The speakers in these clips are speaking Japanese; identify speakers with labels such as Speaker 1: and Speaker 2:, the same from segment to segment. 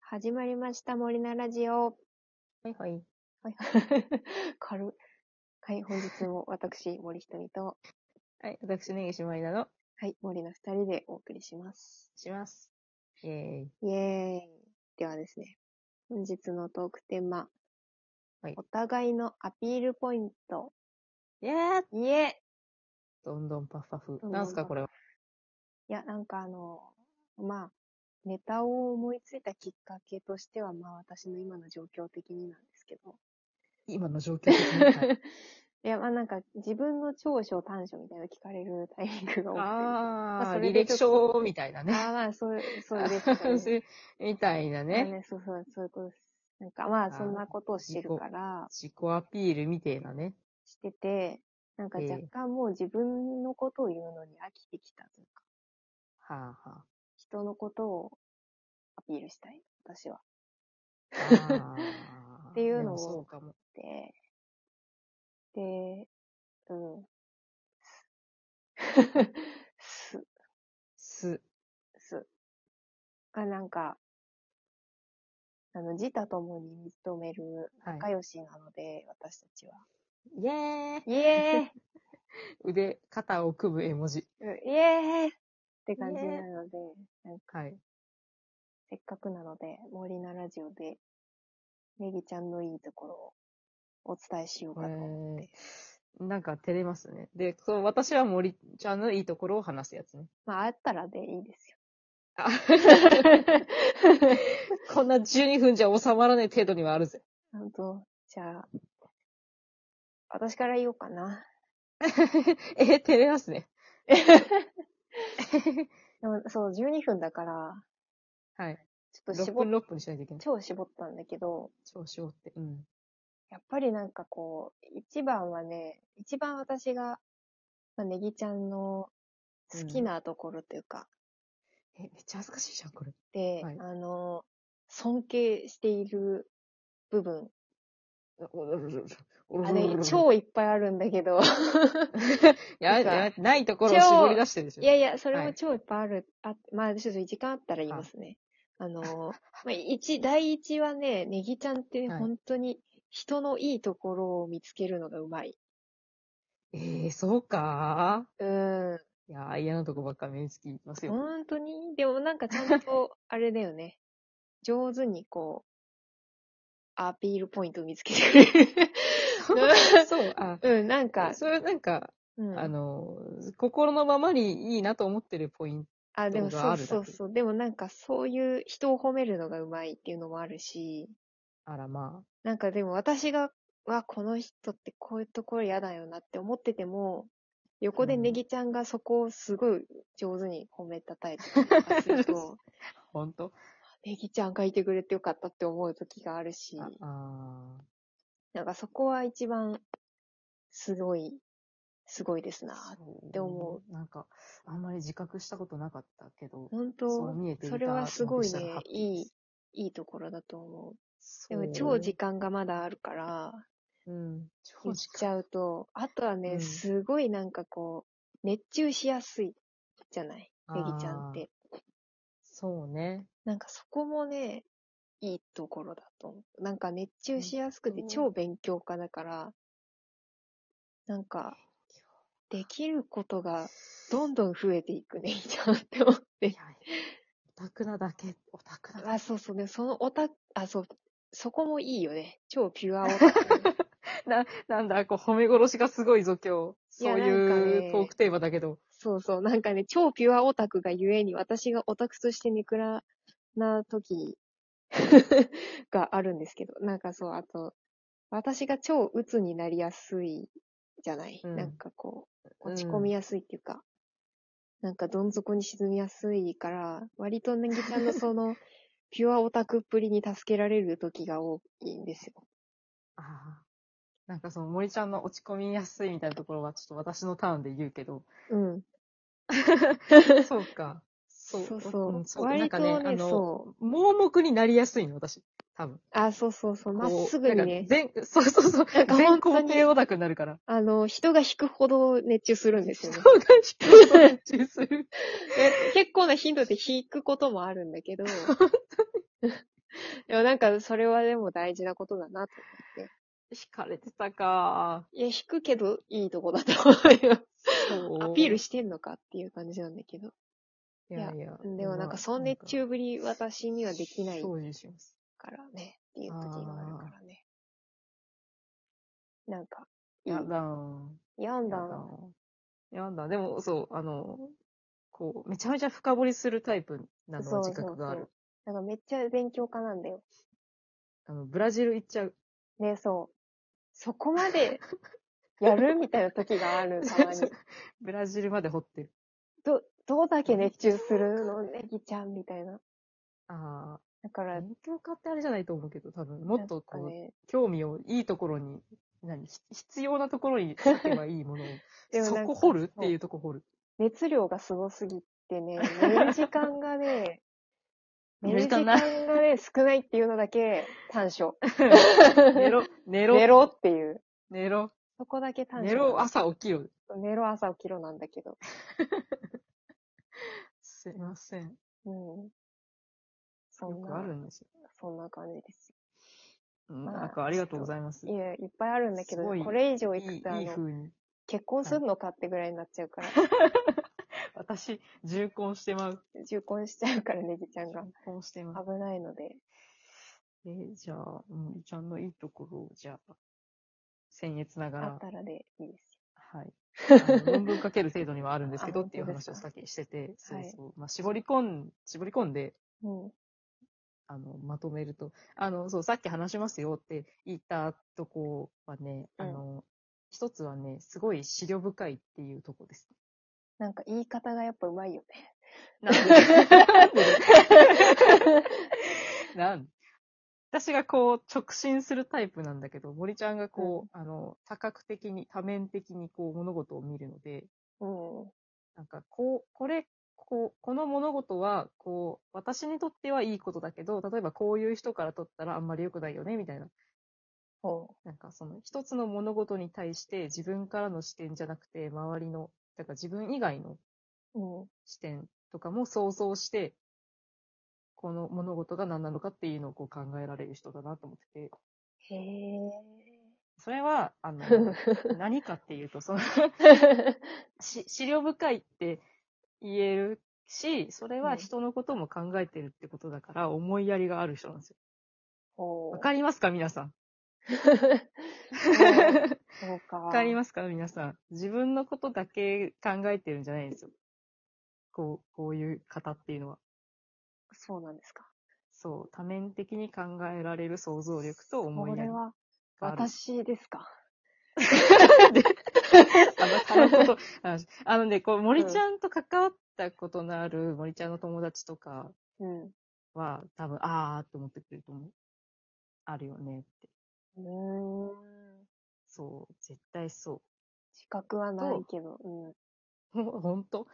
Speaker 1: 始まりました、森菜ラジオ。
Speaker 2: はいはい。
Speaker 1: はい、 軽い。はい、本日も私、森ひとみと、
Speaker 2: はい、私、根岸まりなの、
Speaker 1: はい、森の二人でお送りします。
Speaker 2: します。イェーイ。
Speaker 1: イエーイ。ではですね、本日のトークテーマ、
Speaker 2: はい
Speaker 1: お互いのアピールポイント。
Speaker 2: イェー
Speaker 1: いえ
Speaker 2: どんどんパッパフ
Speaker 1: どんど。ん
Speaker 2: なんすか、これは。
Speaker 1: いや、なんかあの、まあ、ネタを思いついたきっかけとしては、まあ私の今の状況的になんですけど、
Speaker 2: 今の状況的 に。はい
Speaker 1: いや、まあなんか自分の長所短所みたいなの聞かれるタイミングが多くて。
Speaker 2: あ
Speaker 1: そ
Speaker 2: ー、
Speaker 1: れ
Speaker 2: 履
Speaker 1: でちょ
Speaker 2: 歴
Speaker 1: っと
Speaker 2: 書みたいなね。
Speaker 1: ああ、まあ、 そう、そうですよ ね。
Speaker 2: みたいな
Speaker 1: あ
Speaker 2: ね。
Speaker 1: ねそうそう、そういうことです。なんか、まあ、そんなことをしてるから、
Speaker 2: 自己アピールみてえなね。
Speaker 1: してて、なんか
Speaker 2: ええ
Speaker 1: 若干もう自分のことを言うのに飽きてきたというか、
Speaker 2: はあ は
Speaker 1: 人のことをアピールしたい、私は。
Speaker 2: あ。あー
Speaker 1: っていうのを
Speaker 2: でもそうかも。
Speaker 1: で、で、うん。す、
Speaker 2: す。
Speaker 1: す、がなんか、あの、自他ともに認める
Speaker 2: はい。
Speaker 1: 仲良しなので、私たちは。
Speaker 2: イェーイ
Speaker 1: イエ
Speaker 2: 腕、肩を組む絵文字。
Speaker 1: ーイうんイエーイって感じなので、なんか
Speaker 2: はい。
Speaker 1: せっかくなので、森菜ラジオで、ネギちゃんのいいところをお伝えしよう
Speaker 2: こ
Speaker 1: か
Speaker 2: れ
Speaker 1: と思って。、
Speaker 2: なんか照れますね。で、そう、私は森ちゃんのいいところを話すやつね。
Speaker 1: まあ、あったらでいいですよ。
Speaker 2: あ こんな12分じゃ収まらない程度にはあるぜ。
Speaker 1: 本当じゃあ、私から言おうかな。
Speaker 2: え、照れますね。
Speaker 1: でもそう、12分だから、
Speaker 2: はい。
Speaker 1: ちょっと
Speaker 2: 6
Speaker 1: 絞っ
Speaker 2: 分、6分にしないといけない。
Speaker 1: 超絞ったんだけど、
Speaker 2: 調子をって。うん。
Speaker 1: やっぱりなんかこう、一番はね、一番私が、まあ、ネギちゃんの好きなところというか、
Speaker 2: え、めっちゃ恥ずかしいじゃん、これ。
Speaker 1: で、
Speaker 2: はい
Speaker 1: あの、尊敬している部分。あれ、超いっぱいあるんだけ ど。
Speaker 2: やめて、やめて、ないところを絞り出してるでしょ。
Speaker 1: いやいや、それ
Speaker 2: は
Speaker 1: も
Speaker 2: い
Speaker 1: 超いっぱいある。あまあ、ちょっと時間あったら言いますね。あ の、まあ、一、第一はね、ネギちゃんって
Speaker 2: はい
Speaker 1: 本当に人のいいところを見つけるのがうまい。
Speaker 2: えー、そうか
Speaker 1: うん。
Speaker 2: いやー、嫌なとこばっか目につきますよ。
Speaker 1: 本当にでもなんかちゃん と、あれだよね。上手にこう、アピールポイントを見つけてくれる。
Speaker 2: そう、あ、
Speaker 1: うん、なんか、
Speaker 2: それなんか、
Speaker 1: うん、
Speaker 2: あの、心のままにいいなと思ってるポイント。
Speaker 1: あ、でも
Speaker 2: こと
Speaker 1: そ
Speaker 2: が
Speaker 1: う
Speaker 2: あるだけ
Speaker 1: そうそう。でもなんかそういう人を褒めるのがうまいっていうのもあるし、
Speaker 2: あら、ま
Speaker 1: なんかでも私が、わ、この人ってこういうところ嫌だよなって思ってても、横で
Speaker 2: うん
Speaker 1: ネギちゃんがそこをすごい上手に褒めたたえてたりとかする と、
Speaker 2: あ、ほんと
Speaker 1: ネギちゃんがいてくれてよかったって思う時があるし、
Speaker 2: ああ
Speaker 1: なんかそこは一番、すごい、すごいですな。
Speaker 2: ー
Speaker 1: って思
Speaker 2: う。なんか、あんまり自覚したことなかったけど、
Speaker 1: 本
Speaker 2: そう
Speaker 1: 当
Speaker 2: 見えていた
Speaker 1: それはすごいね
Speaker 2: と思っ、て
Speaker 1: いい、いいところだと思う。でも
Speaker 2: そう
Speaker 1: 超時間がまだあるから、
Speaker 2: うん。
Speaker 1: 言
Speaker 2: 超
Speaker 1: っ
Speaker 2: 時
Speaker 1: ち
Speaker 2: 間。
Speaker 1: ゃうと、あとはね、
Speaker 2: うん
Speaker 1: すごいなんかこう、熱中しやすいじゃない
Speaker 2: あ
Speaker 1: ネ
Speaker 2: ー
Speaker 1: ギちゃんって。
Speaker 2: そうね。
Speaker 1: なんかそこもね、いいところだと思う。なんか熱中しやすくて
Speaker 2: うん
Speaker 1: 超勉強家だから、なんか、できることがどんどん増えていくね、ネギちゃんって思っ
Speaker 2: い
Speaker 1: て。
Speaker 2: やオタクなだけ、オタクな だ
Speaker 1: あ、そうそうね、そのオタク、あ、そう、そこもいいよね。超ピュアオタク。
Speaker 2: け。な、なんだ、こう、褒め殺しがすごいぞ、今日。
Speaker 1: いや
Speaker 2: そう
Speaker 1: なんか
Speaker 2: い
Speaker 1: ね
Speaker 2: うトークテーマだけど。
Speaker 1: そうそう。なんかね、超ピュアオタクがゆえに、私がオタクとしてネクラな時 があるんですけど、なんかそう、あと、私が超鬱になりやすいじゃない、
Speaker 2: うん
Speaker 1: なんかこう、落ち込み
Speaker 2: や、
Speaker 1: やすいっていうか、なんかどん底に沈みやすいから、割とネギちゃんのそ の、ピュアオタクっぷりに助けられる時が多いんですよ。
Speaker 2: ああ。なんかその森ちゃんの落ち込みやすいみたいなところは、ちょっと私のターンで言うけ ど。
Speaker 1: うん。
Speaker 2: そうか。そう
Speaker 1: そうそう
Speaker 2: うんそう
Speaker 1: 割とね
Speaker 2: なんかねあの
Speaker 1: そ
Speaker 2: 盲目になりやすいの、私。多分。
Speaker 1: あ、そうそうそう、まっ
Speaker 2: こう
Speaker 1: すぐにね、
Speaker 2: なんか全、そうそうそう。
Speaker 1: なんか
Speaker 2: 全
Speaker 1: 本当に
Speaker 2: 肯定オタクになるから。
Speaker 1: あの、人が引くほど熱中するんです よね
Speaker 2: 人。が引く感じする。
Speaker 1: え結構な頻度で弾くこともあるんだけど、でもなんか、それはでも大事なことだなと。
Speaker 2: 惹かれてたか。
Speaker 1: いや、引くけど、いいとこだと思うよ。
Speaker 2: そう
Speaker 1: アピールしてんのかっていう感じなんだけど。
Speaker 2: いやいや。
Speaker 1: でもなんか、そん熱中ぶり私にはできない
Speaker 2: そうにします。
Speaker 1: からね。っていう時があるからね。なんか、いい
Speaker 2: やだー。
Speaker 1: やん
Speaker 2: や
Speaker 1: だ
Speaker 2: だ
Speaker 1: ん。
Speaker 2: ー。やだー。でも、そう、あの、こう、めちゃめちゃ深掘りするタイプなのは自覚がある。
Speaker 1: なんかめっちゃ勉強家なんだよ。
Speaker 2: あの、ブラジル行っちゃう。
Speaker 1: ね、そう。そこまでやるみたいな時があ る、たまに。
Speaker 2: ブラジルまで掘ってる。
Speaker 1: ど、どうだけ熱中するのねぎちゃんみたいな。
Speaker 2: あ
Speaker 1: だか
Speaker 2: あ、
Speaker 1: ら、
Speaker 2: 勉強家ってあれじゃないと思うけど、多分、もっとこ
Speaker 1: なん
Speaker 2: う、
Speaker 1: かね、
Speaker 2: 興味をいいところに、何、ひ必要なところに書けばいいものを、
Speaker 1: でも
Speaker 2: そ
Speaker 1: なんか
Speaker 2: こ掘るっていうとこ掘る。
Speaker 1: 熱量がすごすぎて ね、寝る時間がね、
Speaker 2: 寝
Speaker 1: 寝
Speaker 2: る
Speaker 1: る
Speaker 2: 時
Speaker 1: 時
Speaker 2: 間
Speaker 1: 間
Speaker 2: な
Speaker 1: が
Speaker 2: い
Speaker 1: ね、少ないっていうのだけ短所。
Speaker 2: 寝ろ、 寝ろ、
Speaker 1: 寝ろっていう。
Speaker 2: 寝ろ、
Speaker 1: そこだけ短所。
Speaker 2: 寝ろ、朝起きろ。
Speaker 1: 寝ろ朝起きろなんだけど。
Speaker 2: すいません。
Speaker 1: うん。そ
Speaker 2: よ
Speaker 1: ん
Speaker 2: くあ
Speaker 1: な、
Speaker 2: るんですよ。
Speaker 1: そんな感じです。
Speaker 2: うん、
Speaker 1: まあ
Speaker 2: なんかありがとうございます。い
Speaker 1: いや、いっぱいあるんだけど、
Speaker 2: すごい
Speaker 1: これ以上
Speaker 2: い、
Speaker 1: いく
Speaker 2: いい
Speaker 1: と、あの、
Speaker 2: 風に。
Speaker 1: 結婚すんのかってぐらいになっちゃうから、
Speaker 2: 私、重婚してまう。
Speaker 1: 重婚しちゃうから、ネギちゃんが
Speaker 2: 重。婚してまう。
Speaker 1: 危ないので。
Speaker 2: えーじゃあ、森ちゃんのいいところを、じゃあ、僭越なが
Speaker 1: あ
Speaker 2: ら
Speaker 1: っ、たらでいいです
Speaker 2: はい。あの論文書ける程度にはあるんですけ ど
Speaker 1: あ
Speaker 2: っていう
Speaker 1: 本当で
Speaker 2: 話
Speaker 1: すか
Speaker 2: をさっきしてて、そ
Speaker 1: は
Speaker 2: う
Speaker 1: い
Speaker 2: そう。まあ、絞り込ん、絞り込んで、
Speaker 1: よ。
Speaker 2: あの、まとめると、あの、そう、さっき話しますよって言ったとこはね、
Speaker 1: う
Speaker 2: あ
Speaker 1: ん
Speaker 2: の、一つはね、すごい資料深いっていうとこです。
Speaker 1: うん。なんか言い方がやっぱうまいよね。
Speaker 2: なんでなん私がこう、直進するタイプなんだけど、森ちゃんがこう、あの、多角的に、多面的にこう、物事を見るので、
Speaker 1: うん。
Speaker 2: なんか、こう、これ、こう、この物事は、こう、私にとってはいいことだけど、例えばこういう人から取ったらあんまり良くないよね、みたいな。
Speaker 1: ほ
Speaker 2: なんか、その、一つの物事に対して自分からの視点じゃなくて、周りの、だから自分以外の
Speaker 1: う。うん。
Speaker 2: 視点とかも想像して、この物事が何なのかっていうのをこう考えられる人だなと思ってて、
Speaker 1: へえ。
Speaker 2: それは、あの、何かっていうと、その、 し、資料深いって言えるし、それ
Speaker 1: う
Speaker 2: は
Speaker 1: ん
Speaker 2: 人のことも考えてるってことだから、思いやりがある人なんですよ。
Speaker 1: ほう。
Speaker 2: わかりますか皆さん。
Speaker 1: そうか。
Speaker 2: わかりますか皆さん。自分のことだけ考えてるんじゃないんですよ。こう、こういう方っていうのは。
Speaker 1: す。そうなんですか。
Speaker 2: そう、多面的に考えられる想像力と思
Speaker 1: こ
Speaker 2: いや
Speaker 1: れ
Speaker 2: りが
Speaker 1: は
Speaker 2: ある。
Speaker 1: 私ですか。
Speaker 2: あなたのこと、 ああのね、こう、森ちゃんと関わったことのある森ちゃんの友達とか
Speaker 1: うん。う
Speaker 2: は、多分、あーって思ってくれると思う。あるよねって。
Speaker 1: ーん。
Speaker 2: そう、絶対そ
Speaker 1: 資格はないけど、うん。
Speaker 2: う。ほほんと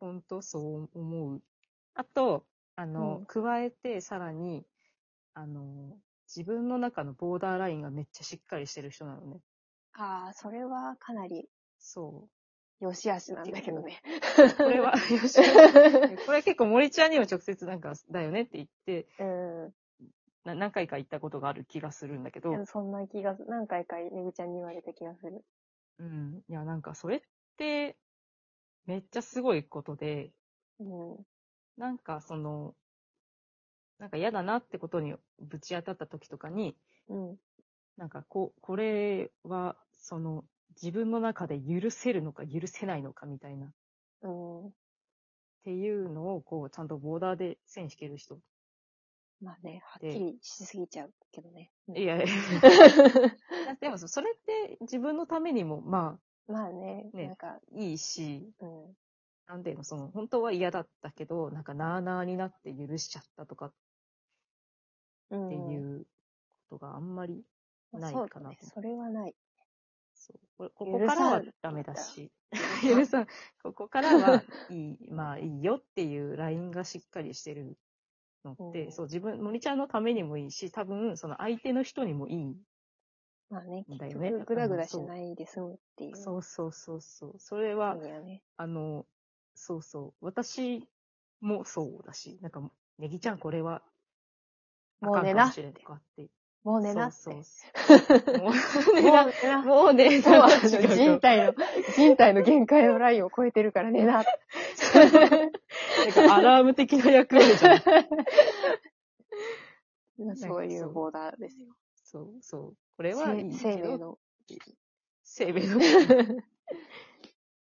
Speaker 2: ほんと、そう思う。あと、あの、
Speaker 1: うん
Speaker 2: 加えて、さらに、あの、自分の中のボーダーラインがめっちゃしっかりしてる人なのね。
Speaker 1: ああ、それはかなり
Speaker 2: そ
Speaker 1: 良し悪しなんだけどね。
Speaker 2: う。こ れは、よし。これ結構森ちゃんにも直接なんか、だよねって言って、
Speaker 1: うん。
Speaker 2: な何回か行ったことがある気がするんだけど、
Speaker 1: うんそんな気がす、何回かねぐちゃんに言われた気がする。
Speaker 2: うん。いや、なんかそれって、めっちゃすごいことで、
Speaker 1: うん。
Speaker 2: なんかその、なんか嫌だなってことにぶち当たった時とかに、
Speaker 1: うん。
Speaker 2: なんかこう、これは、その、自分の中で許せるのか許せないのかみたいな、っ
Speaker 1: うん。
Speaker 2: ていうのを、こう、ちゃんとボーダーで線引ける人。
Speaker 1: まあね、はっきりしすぎちゃうけどね。うん
Speaker 2: いやいや でもそそれって自分のためにも、ま
Speaker 1: まあね、
Speaker 2: ね
Speaker 1: なんか、
Speaker 2: あ、いいし、
Speaker 1: うん。
Speaker 2: なんていうの、その、本当は嫌だったけど、なんか、なあなあになって許しちゃったとか
Speaker 1: うん。
Speaker 2: っていうことがあんまりない
Speaker 1: そう
Speaker 2: か
Speaker 1: だ
Speaker 2: なと思
Speaker 1: ね。そ
Speaker 2: う
Speaker 1: れはない。
Speaker 2: そうこれここからは
Speaker 1: 許さん
Speaker 2: ダメだし、 許さん、ここから はいい、まあいいよっていうラインがしっかりしてるのって、
Speaker 1: うん
Speaker 2: そう、自分、森ちゃんのためにもいいし、多分、その相手の人にもいい。
Speaker 1: まあね、
Speaker 2: だ
Speaker 1: 結
Speaker 2: よね
Speaker 1: 局、ぐだぐだしないで済むっていう。
Speaker 2: そうそうそうそう。それは、
Speaker 1: いやね。
Speaker 2: あの、そうそう。私もそうだし、なんか、ネギちゃんこれは
Speaker 1: もう
Speaker 2: あか
Speaker 1: 寝
Speaker 2: ん
Speaker 1: な
Speaker 2: かもしれんとかっていう。
Speaker 1: もう寝なって。
Speaker 2: そうそう そう。も
Speaker 1: も
Speaker 2: う
Speaker 1: う
Speaker 2: 寝な。
Speaker 1: 寝な。もう寝な。あの
Speaker 2: 違う違う
Speaker 1: 人体の、人体の限界のラインを超えてるから寝な。
Speaker 2: なんかアラーム的な役割じゃん。
Speaker 1: そういうボーダーですよ。
Speaker 2: そうそう。これはいい
Speaker 1: せ生
Speaker 2: け
Speaker 1: 命
Speaker 2: ど、
Speaker 1: の。
Speaker 2: 生命の。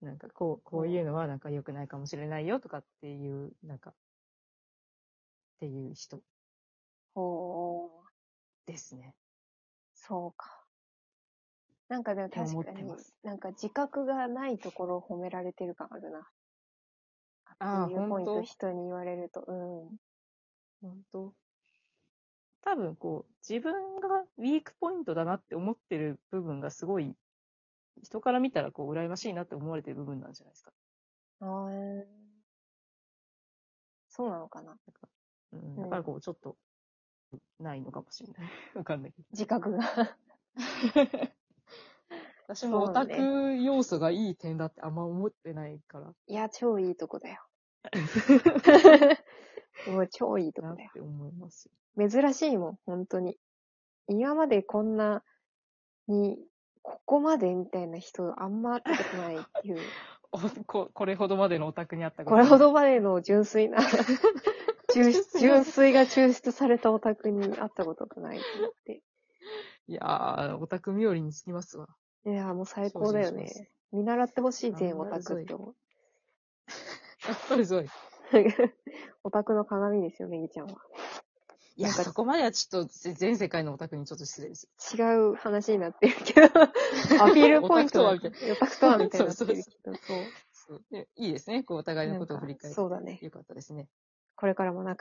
Speaker 2: なんかこう、こういうのはなんか良くないかもしれないよとかっていう、なんか、っていう人
Speaker 1: ほう。
Speaker 2: ですね。
Speaker 1: そうか。なんかでも
Speaker 2: って思
Speaker 1: 確
Speaker 2: っ
Speaker 1: か
Speaker 2: て
Speaker 1: に
Speaker 2: ま、す
Speaker 1: なんか自覚がないところを褒められてる感あるな。
Speaker 2: ああ
Speaker 1: そういうポイン
Speaker 2: 本
Speaker 1: ト
Speaker 2: 当
Speaker 1: 人に言われると。うん。
Speaker 2: 本当多分こう、自分がウィークポイントだなって思ってる部分がすごい、人から見たらこう、羨ましいなって思われてる部分なんじゃないですか。
Speaker 1: あーそうなのかな。
Speaker 2: うん、だからこう、ちょっと、ないのかもしれない。わかんないけど。
Speaker 1: 自覚が。
Speaker 2: 私もオ
Speaker 1: そう
Speaker 2: タ
Speaker 1: ね
Speaker 2: ク要素がいい点だってあんま思って ないから、
Speaker 1: いや、超いいとこだよ。 もう超いいとこ
Speaker 2: なっ
Speaker 1: だよ。
Speaker 2: て思います よ。
Speaker 1: 珍しいもん、本当に。今までこんなに、ここまでみたいな人あんま会ったことないっていう。
Speaker 2: おここれほどまでのオタクにあったこと
Speaker 1: こ
Speaker 2: な
Speaker 1: れ
Speaker 2: い
Speaker 1: ほどまでの純粋 な純、
Speaker 2: 純粋
Speaker 1: 純粋が抽出されたオタクに会ったことがないと思って。
Speaker 2: いやー、オタク冥利につきますわ。
Speaker 1: いやーもう最高だよ
Speaker 2: 精進しま
Speaker 1: ね。見習ってほしい全オタクって 思う。
Speaker 2: やっぱりそう。
Speaker 1: オタクの鏡ですよ、メギちゃんは。
Speaker 2: いや、
Speaker 1: なんか
Speaker 2: そこまではちょっとぜ全世界のオタクにちょっと失礼です。
Speaker 1: 違う話になってるけど、 アピールポイントだ
Speaker 2: オタクとはみ
Speaker 1: オタクとはみたいになってるけど、そう
Speaker 2: そうでいいですね。こう、お互いのことを振り返って。
Speaker 1: そうだね
Speaker 2: よかったですね。
Speaker 1: これからも仲良く